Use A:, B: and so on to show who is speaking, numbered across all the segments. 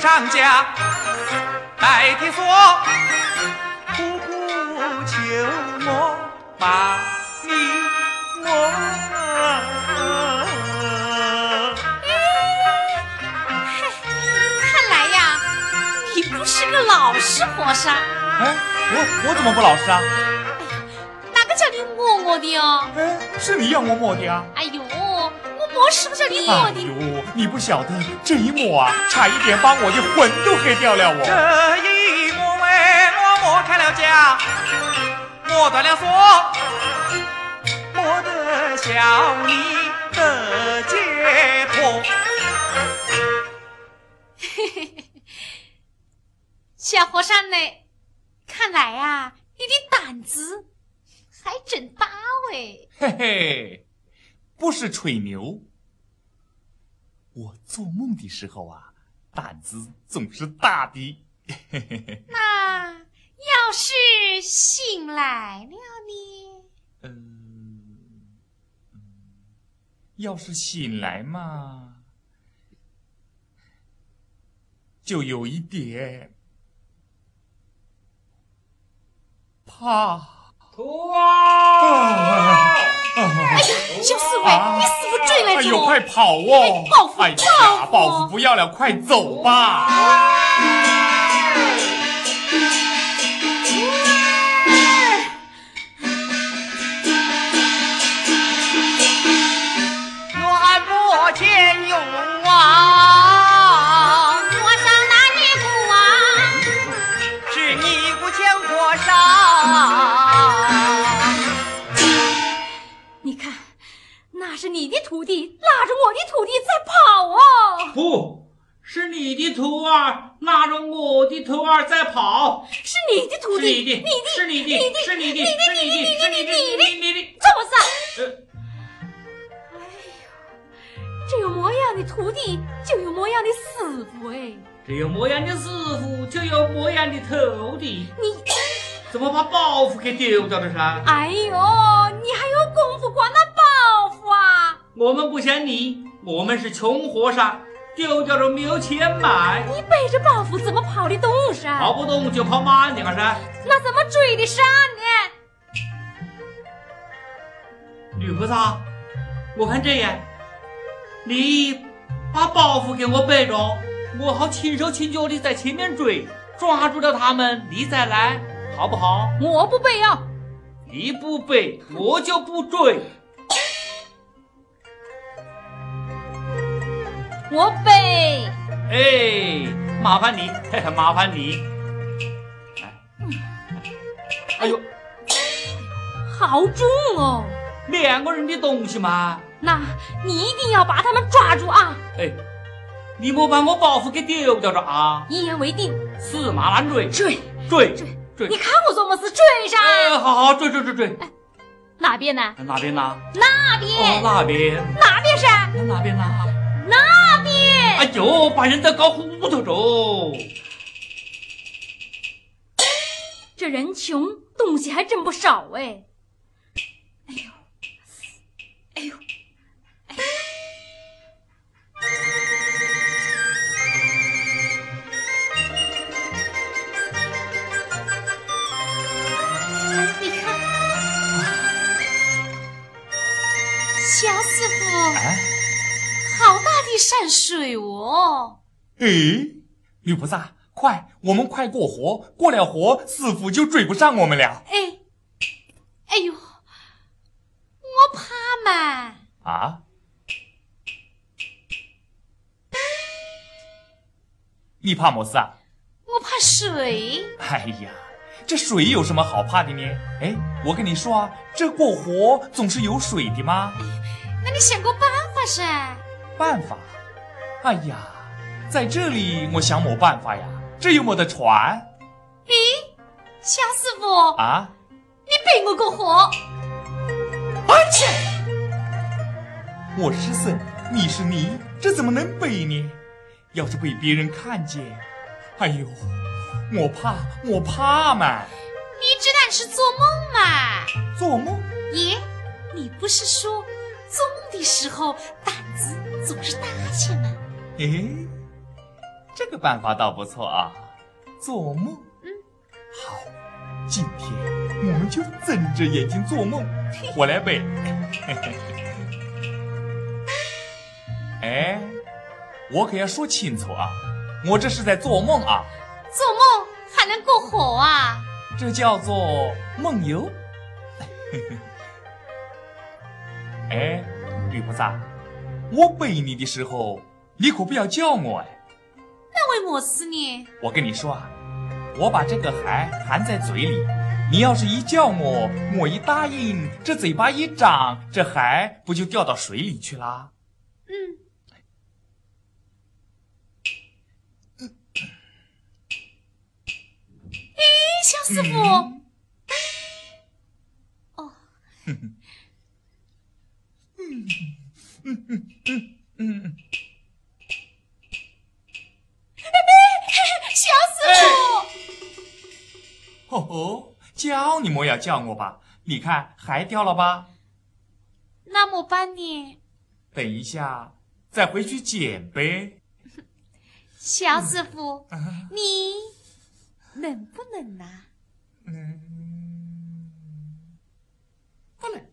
A: 当家代替做，苦苦求我把你我。
B: 看来呀，你不是个老实和尚，
C: 哎，我我怎么不老实啊？
B: 哪个叫你我我的哦？
C: 哎，是你要我抹的啊？
B: 哎呦，我么是不叫你我
C: 哎
B: 的？
C: 呦，你不晓得这一抹啊，差一点把我的魂都黑掉了我。
A: 这一抹为我抹开了家，抹断了锁，抹得小你的解脱。
B: 小和尚呢？看来呀，你的胆子还真大喂！
C: 嘿嘿，不是吹牛。我做梦的时候啊，胆子总是大的。
B: 那要是醒来了呢？
C: 嗯，要是醒来嘛，就有一点怕。
A: 徒啊！
B: 小哎四位，你死不追来
C: 哎呦，
B: 着？
C: 快跑哦！
B: 报复
C: 哎呀，
B: 报复
C: 报复不要了，快走吧！
A: 远播千勇啊，
B: 我上哪里不啊？
A: 是你不欠火上。
B: 哎你看，那是你的徒弟拉着我的徒弟在跑哦，
D: 不是你的徒儿拉着我的徒儿在跑，
B: 是你的徒
D: 是
B: 弟，
D: 你
B: 你
D: 的，是你的，是你的，是你的，是你的，
B: 你
D: 你你你，
B: 兔子。
D: 呃，
B: 这有模样的徒弟，就有模样的师傅哎。
D: 只有模样的师傅，就有模样的徒弟，
B: 你，
D: 怎么把包袱给丢掉了噻？
B: 哎呦，你还有功夫管那报复啊？
D: 我们不像你，我们是穷和尚，丢掉了没有钱买，
B: 你背着包袱怎么跑得动噻？
D: 跑不动就跑慢点儿噻。
B: 那怎么追得上呢？
D: 女菩萨，我看这样，你把包袱给我背着，我好轻手轻脚的在前面追，抓住了他们，你再来，好不好？
B: 我不背啊！
D: 你不背，我就不追。
B: 我背。
D: 哎，麻烦你，嘿嘿麻烦你。哎哎呦，
B: 好重哦！
D: 两个人的东西嘛，
B: 那你一定要把他们抓住啊！
D: 哎，你莫把我包袱给丢掉了啊！
B: 一言为定，
D: 死马难追，
B: 追！
D: 追
B: 追
D: 追
B: 你！看我做么事追上、
D: 哎，好好追追追追，
B: 哪边呢？
D: 哪边呢？
B: 那
D: 哦，
B: 边，
D: 那边，
B: 哪边山？
D: 那哪边呢？
B: 那边。
D: 哎呦，把人都搞糊涂着。
B: 这人穷，东西还真不少哎。哎呦，哎呦，哎呦！你看，小师傅，
C: 哎，
B: 好大的山水哦！
C: 诶，女哎菩萨，快，我们快过活，过了活，师傅就追不上我们了
B: 哎，哎呦，我怕嘛。
C: 啊！你怕么事啊？
B: 我怕水，
C: 哎呀，这水有什么好怕的呢？哎，我跟你说啊，这过活总是有水的嘛。
B: 那你想过办法噻？
C: 办法？哎呀，在这里我想某办法呀。这有我的船
B: 小师傅，
C: 啊！
B: 你背我过活，
C: 啊切！我是神，你是泥，这怎么能背呢？要是被别人看见，哎呦，我怕，我怕嘛！
B: 你这然是做梦嘛？
C: 做梦？
B: 爷，你不是说做梦的时候胆子总是大些吗？
C: 哎，这这个办法倒不错啊。做梦，嗯，好，今天我们就睁着眼睛做梦，我来背。 哎，我可要说清楚啊，我这是在做梦啊，
B: 做梦还能过火啊？
C: 这叫做梦游。 哎，绿菩萨，我背你的时候，你可不要叫我哎。
B: 那为么事呢？
C: 我跟你说啊，我把这个还含在嘴里，你要是一叫我，我一答应，这嘴巴一张，这还不就掉到水里去啦？
B: 嗯，哎，小师傅，哦，
C: 嗯，
B: 小师傅。
C: 吼吼，叫你莫要叫我吧，你看还掉了吧？
B: 那么办呢？
C: 等一下再回去捡呗。
B: 小师傅，你能不能呐、
C: 嗯，不能。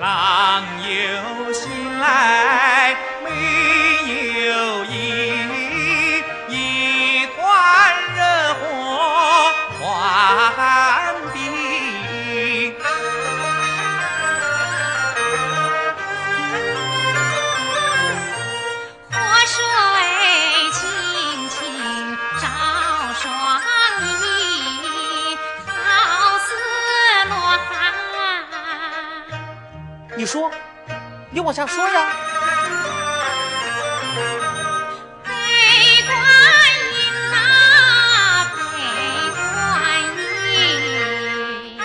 A: 郎有心来没有意，一官惹祸还病。
B: 河水清清照双翼，好似罗汉。
E: 你说，你往下说呀。
B: 北观音啊，北观音。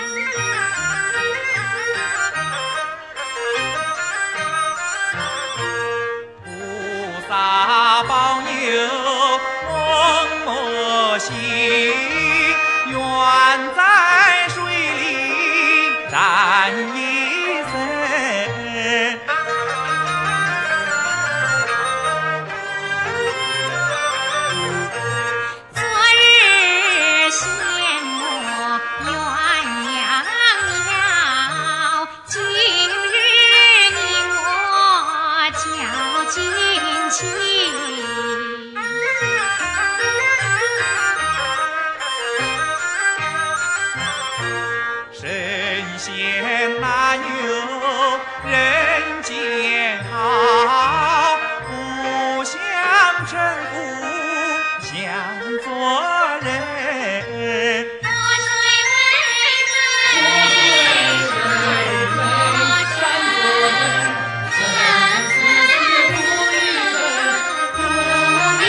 A: 菩萨保佑龙魔行，愿在水里站一生。
B: 昨日羡我鸳鸯摇，今日你我较尽情。
A: 神仙哪有人间好？不想成佛，想做人。
B: 我水为水，我水为水，人不人，不离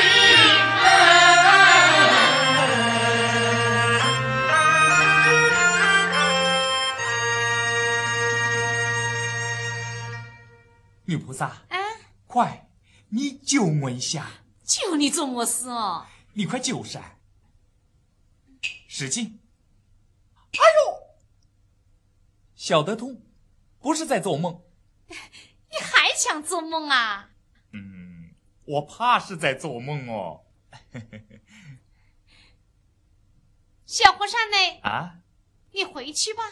C: 女菩萨，
B: 啊，
C: 快，你救我一下，
B: 就你做么事哦？
C: 你快救噻！使劲！哎呦，小得通，不是在做梦，
B: 你还想做梦啊？
C: 嗯，我怕是在做梦哦。
B: 小和尚呢？
C: 啊，
B: 你回去吧。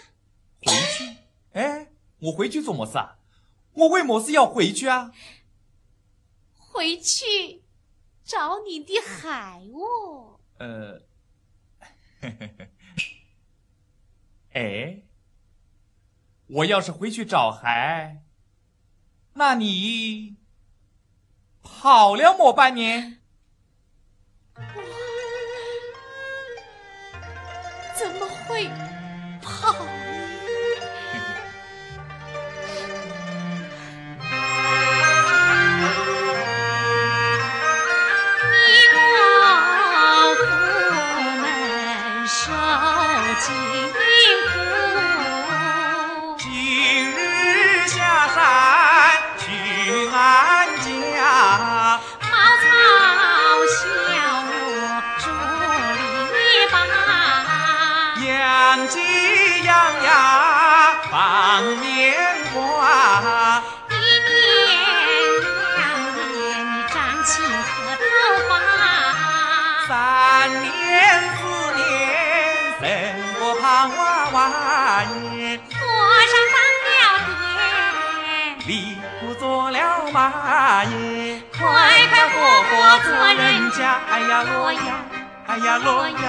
C: 回去？哎，我回去做么事啊？我为么事要回去啊？
B: 回去找你的海哦。
C: 呃， 哎，我要是回去找孩，那你跑了么办呢？
B: 怎么会跑呢？你我不能受禁锢。
A: 今日下山去俺家，
B: 茅草小屋竹篱笆，
A: 养鸡养鸭放年瓜。
D: 啊！
B: 一年两年你沾亲和桃花，
A: 三年四年生个胖娃娃耶，
B: 和尚当了爹，
A: 你不做了妈耶，
B: 快快活活做人
A: 家，哎呀
B: 我
A: 洛
B: 呀
A: 阳，哎呀洛
B: 我呀
A: 阳，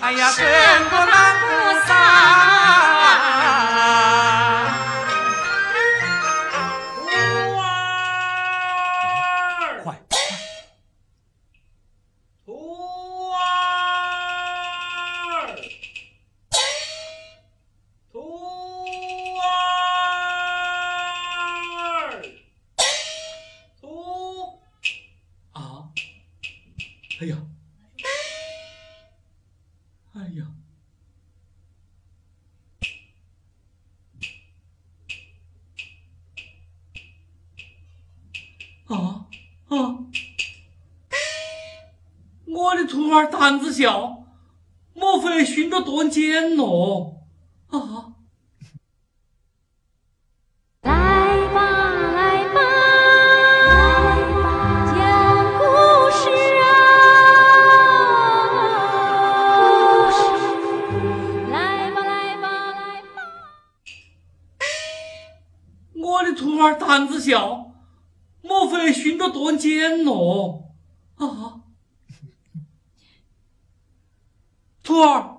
A: 哎呀
B: 生
A: 生
B: 个
A: 个
B: 狼
A: 狼
B: 不
A: 不
B: 散
A: 散。
D: 徒儿，
C: 快，
D: 徒儿，徒儿，徒啊！哎呀，哎呀！啊啊！我的徒儿胆子小，莫非寻着短见喏？啊！
B: 来吧，来吧，讲故事啊！来吧，来吧，来吧，
D: 我的徒儿胆子小，莫非寻着短见喏？啊！徒儿，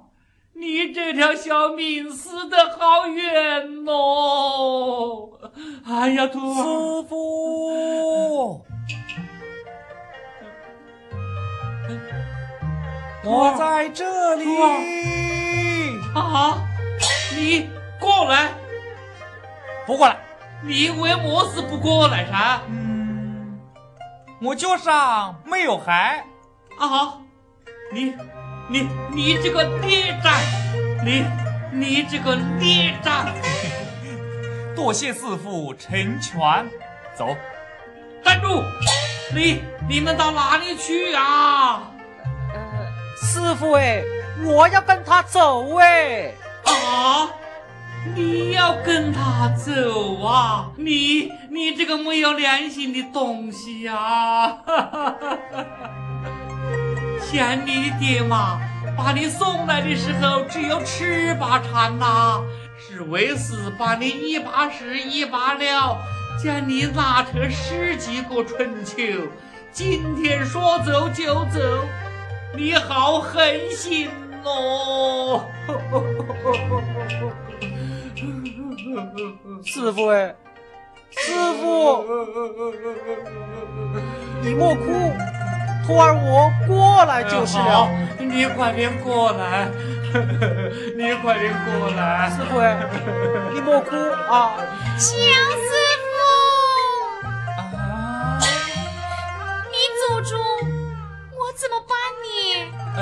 D: 你这条小命死得好冤喏！哎呀，徒儿，
C: 师傅，我在这里。
D: 啊，你过来，
C: 不过来，
D: 你为么事不过来噻？
C: 嗯，我脚上没有孩，
D: 啊，你，你，你这个孽障，你，你这个孽障，
C: 多谢师傅成全。走，
D: 站住！你，你们到哪里去啊？
E: 师傅哎，我要跟他走哎。
D: 啊，你要跟他走啊？你，你这个没有良心的东西呀、啊！ 想你的爹妈把你送来的时候只有吃把馋呐、是为师把你一把屎一把尿，将你拉扯十几个春秋。今天说走就走，你好狠心哦！
E: 师傅哎，师傅，你莫哭，徒儿我过来就是
D: 好
E: 了。
D: 你快点过来， 你快点过来。
E: 师傅哎，你莫哭啊！
B: 蒋师傅，
C: 啊，
B: 你走中，我怎么办呢？
C: 呃，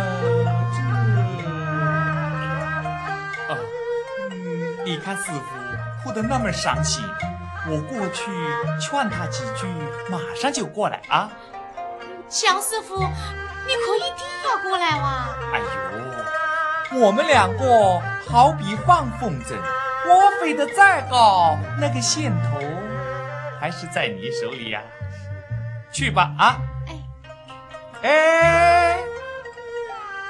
C: 这，啊，嗯，你看师傅哭得那么伤心，我过去劝他几句，马上就过来啊。
B: 蒋师傅，你可一定要过来哇！
C: 哎呦，我们两个好比放风筝，我飞得再高，那个线头还是在你手里呀、去吧啊！
B: 哎，
C: 哎，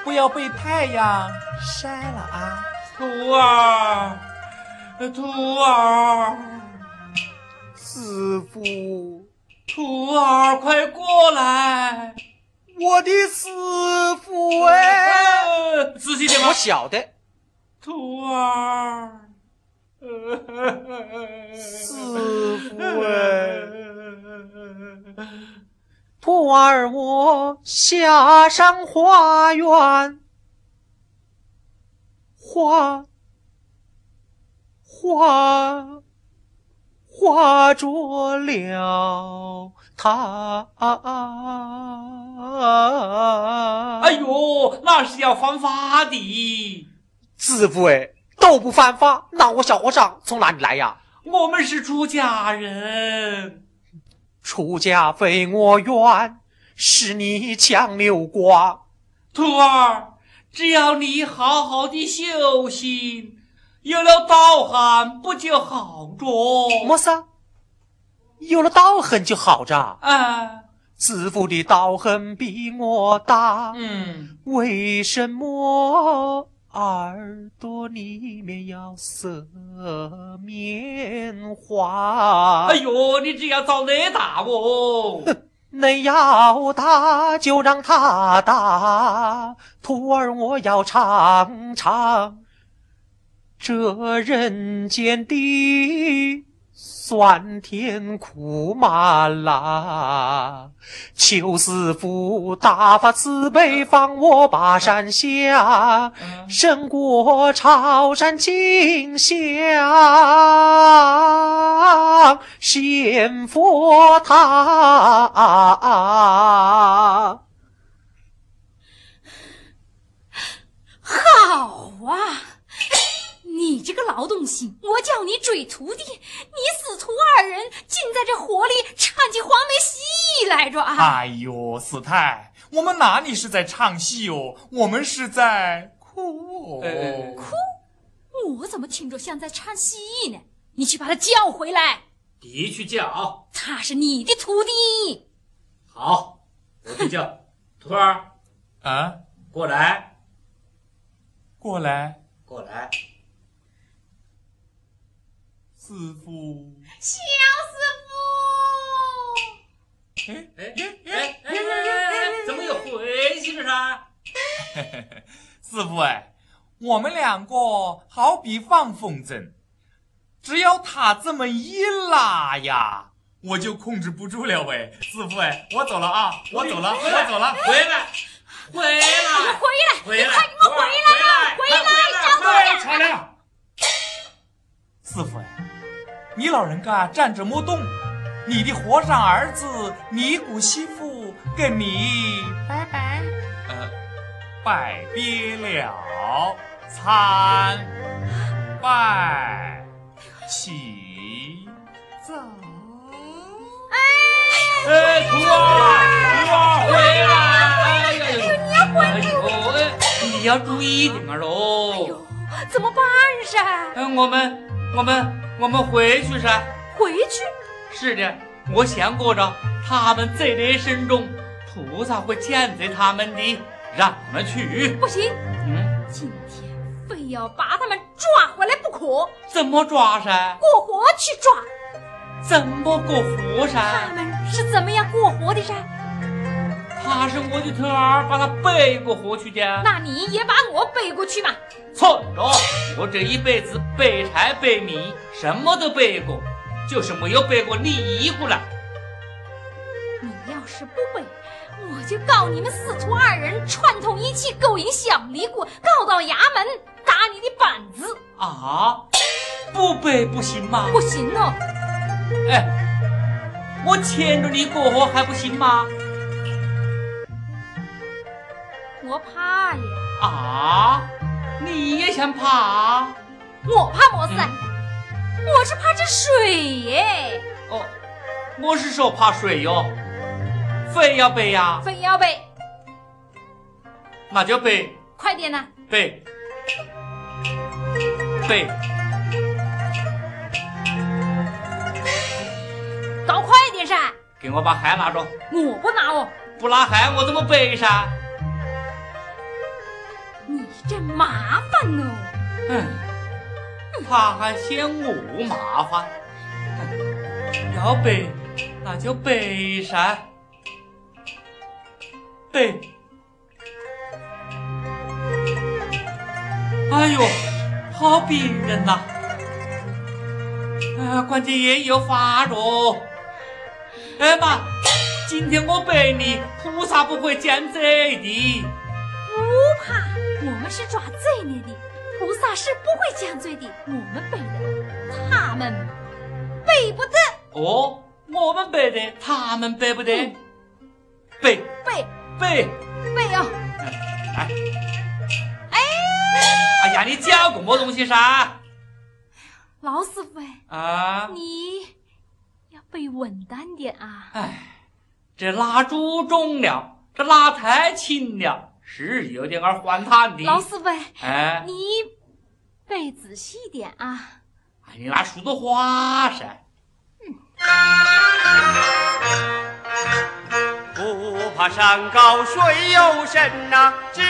C: 不要被太阳晒了啊！
D: 徒儿，徒儿，
E: 师傅，
D: 徒儿，快过来！
E: 我的师傅哎！
D: 呃仔细点吧
E: 我，晓得，
D: 徒儿。
E: 师傅哎，徒儿我下山花园，花花花着了他。
D: 哎呦，那是要犯法的。
E: 师傅哎，都不犯法，那我小和尚从哪里来呀？
D: 我们是出家人，
E: 出家非我愿，是你强留瓜。
D: 徒儿，只要你好好的修行，有了道行不就好着？
E: 没事，有了刀痕就好着。
D: 哎，
E: 师傅的刀痕比我大，
D: 嗯，
E: 为什么耳朵里面要塞棉花？
D: 哎呦，你这样遭雷打我。
E: 恁要打就让他打，徒儿我要尝尝这人间的酸甜苦麻辣。求师傅打发慈悲，放我把山下，
D: 嗯
E: 胜过潮汕清香仙佛塔。
B: 好啊！你这个劳动性，我叫你追徒弟，你死徒二人竟在这火里唱起黄梅戏来着啊！
C: 哎呦，师太，我们哪里是在唱戏哦，我们是在哭哦。
D: 哎
B: 我怎么听着像在唱戏呢？你去把他叫回来，
D: 你去叫啊。
B: 他是你的徒弟。
D: 好，我去叫。徒儿，
E: 哎
C: 啊，
D: 过来，
C: 过来，
D: 过来。
C: 师傅。
B: 肖师傅。
C: 哎，
D: 哎哎哎哎！怎么又回去了啥？
C: 师傅哎，我们两个好比放风筝，只要他这么一拉呀，我就控制不住了喂。师傅哎，我走了啊，我走了，我走了。
D: 回来，回
B: 回来！
D: 来，哎回来！
B: 快给我回来啦！回来！张
D: 回
B: 嘴
D: 来！
C: 敞亮。师傅呀，你老人家站着莫动，你的和尚儿子尼古西夫跟你
B: 拜拜。
C: 呃拜别了，参拜起走。
D: 哎，徒儿，徒儿啊回来！哎呀呀！你要回哎，你要注意点儿喽。
B: 哟，怎么办噻？
D: 哎，我们，我们，我们回去噻。
B: 回去
D: 是的，我想过着，他们在人生中，菩萨会见着他们的，让他们去。
B: 不行，
D: 嗯，
B: 今天非要把他们抓回来不可，过
D: 怎么抓噻？
B: 活去抓。
D: 怎么过活噻
B: 他？们是怎么样过活的噻？
D: 他是我的徒儿，把他背过活去的。
B: 那你也把我背过去嘛。
D: 错着，我这一辈子背柴背米，什么都背过，就是没有背过你一个了。
B: 你要是不背，我就告你们四徒二人串通一气勾引小尼姑，告到衙门，打你的板子。
D: 啊，不背不行吗？
B: 不行哦，
D: 哎，我牵着你过活还不行吗？
B: 我怕呀，
D: 啊，你也想爬啊？
B: 我怕么子？我是怕这水耶，
D: 哦，我是说怕水哟，非要背呀，
B: 非要背，
D: 那就背
B: 快点呐、
D: 背背，
B: 搞快点噻！
D: 给我把海拉着，
B: 我不拿哦，
D: 不拉海我怎么背噻？
B: 你真麻烦哦。
D: 嗯，他还嫌我麻烦，要背那就背噻，背。哎呦，好病人呐！啊，关节炎又发着。哎妈，今天我背你，菩萨不会见贼的。
B: 不怕，我们是抓罪孽的，菩萨是不会降罪的。我们背的，他们背不得。
D: 哦，我们背的，他们背不得。背
B: 背
D: 背，
B: 背哦，
D: 哎，哎呀，你教个么东西噻？
B: 老师傅哎，
D: 啊，
B: 你要背稳当点啊。
D: 哎，这蜡烛重了，这蜡太轻了，是有点儿荒唐的。
B: 老师傅哎，
D: 哎，
B: 你背仔细点啊。
D: 哎你拿梳子画噻。
A: 不怕山高水又深呐、只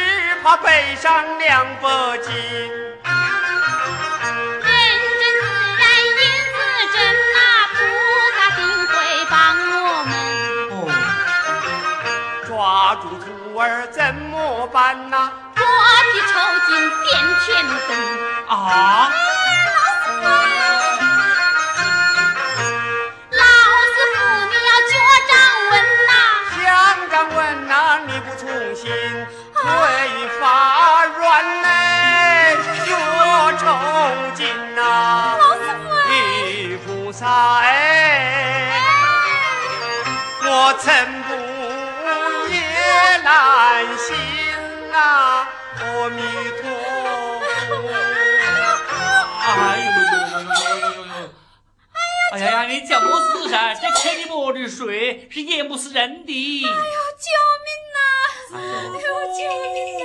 A: 怕背上两百斤。
B: 人真自然，因自真呐，菩萨定会帮我们。
D: 哦，
A: 抓住徒儿怎么办呐、
B: 剥皮抽筋变天灯，
D: 啊，
B: 老师傅你要脚掌稳呐，
A: 香港问呐、你不从心，罪发软嘞，越抽筋呐、地菩萨哎，我曾不夜难行啊，阿弥陀佛。
D: 哎呦呦呦呦呦呦呦！哎呀呀，你讲不死噻，这看你摸的水是淹不死人的。
F: 救命啊！哎呦，救命！